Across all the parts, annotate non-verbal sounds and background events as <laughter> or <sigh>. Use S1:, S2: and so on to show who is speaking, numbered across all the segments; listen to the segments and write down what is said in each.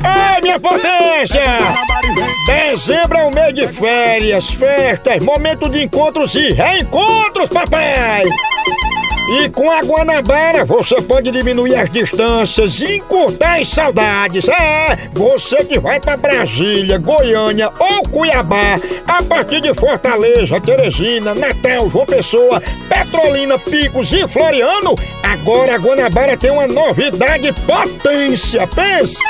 S1: Bora, É, potência! Dezembro é o mês de férias, festas, momento de encontros e reencontros, papai! E com a Guanabara você pode diminuir as distâncias e encurtar as saudades. É, você que vai para Brasília, Goiânia ou Cuiabá, a partir de Fortaleza, Teresina, Natal, João Pessoa, Petrolina, Picos e Floriano, agora a Guanabara tem uma novidade potência, pensa!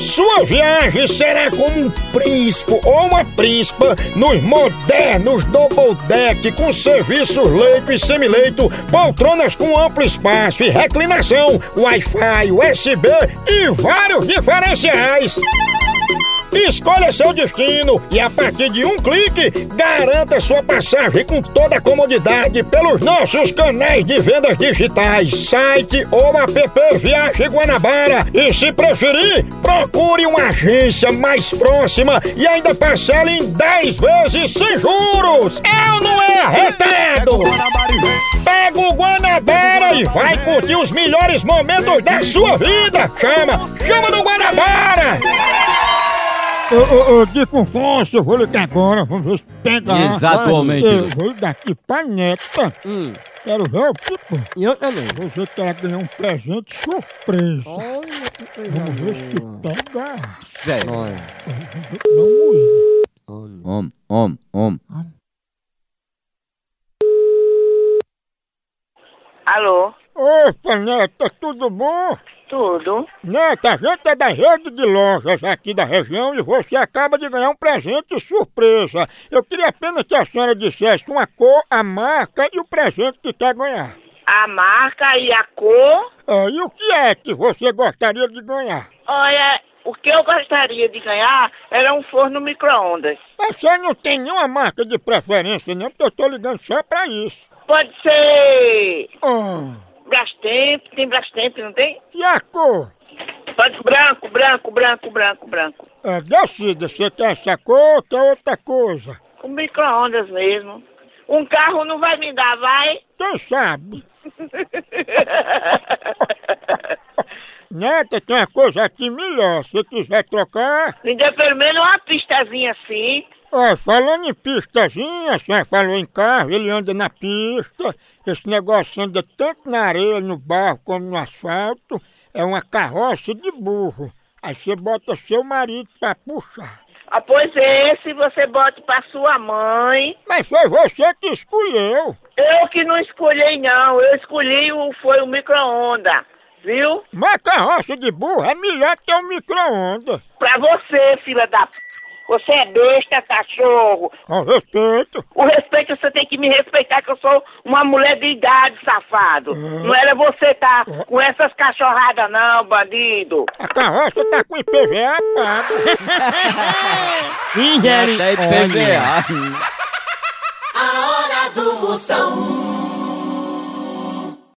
S1: Sua viagem será como um príncipe ou uma príncipa nos modernos double deck com serviços leito e semileito, poltronas com amplo espaço e reclinação, Wi-Fi, USB e vários diferenciais. Escolha seu destino e a partir de um clique, garanta sua passagem com toda a comodidade pelos nossos canais de vendas digitais, site ou app Viagem Guanabara. E se preferir, procure uma agência mais próxima e ainda parcele em 10 vezes sem juros. É ou não é, retado? Pega o Guanabara e vai curtir os melhores momentos da sua vida. Chama, chama do Guanabara! Ô, ô, ô, Dico Afonso, eu vou ligar agora, vamos pegar.
S2: Exatamente.
S1: Eu vou ligar aqui pra neta.
S2: Hum,
S1: Quero ver o Pipo.
S2: e eu também.
S1: Você quer ganhar um presente surpresa.
S2: Olha que coisa
S1: Vamos ver se pega.
S2: Sério.
S1: Vamos.
S2: Om, om, om.
S3: Alô,
S1: Opa, neta, tudo bom?
S3: tudo?
S1: Neta, a gente é da rede de lojas aqui da região e você acaba de ganhar um presente surpresa. Eu queria apenas que a senhora dissesse uma cor, a marca e o presente que quer ganhar.
S3: A marca e a cor?
S1: Ah, e o que é que você gostaria de ganhar?
S3: Olha, o que eu gostaria de ganhar era um forno micro-ondas.
S1: Mas você não tem nenhuma marca de preferência, não, porque eu tô ligando só pra isso.
S3: Pode ser
S1: Ah,
S3: Brastemp, tem Brastemp, não tem?
S1: e a cor?
S3: Pode branco, branco, branco, branco, branco.
S1: É, decida, você quer essa cor ou quer outra coisa?
S3: Com micro-ondas mesmo. Um carro não vai me dar, vai?
S1: Quem sabe? Neta, tem uma coisa aqui melhor, se quiser trocar.
S3: Me dê pelo menos uma pistazinha assim.
S1: Ó, falando em pistazinha, a senhora falou em carro, ele anda na pista. Esse negócio anda tanto na areia, no barro, como no asfalto. É uma carroça de burro. Aí você bota seu marido pra puxar.
S3: Ah, pois esse você bote pra sua mãe.
S1: Mas foi você que escolheu.
S3: Eu que não escolhi, não. Eu escolhi o, foi o micro-ondas, viu?
S1: Mas carroça de burro é melhor que um micro-ondas.
S3: Pra você, filha da p. Você é besta, cachorro.
S1: Com respeito.
S3: O respeito você tem que me respeitar, que eu sou uma mulher de idade, safado. Não era você tá com essas cachorradas, não, bandido.
S1: A carroça tá com IPVA <laughs> pago.
S2: Até IPVA.
S4: A hora do Moção.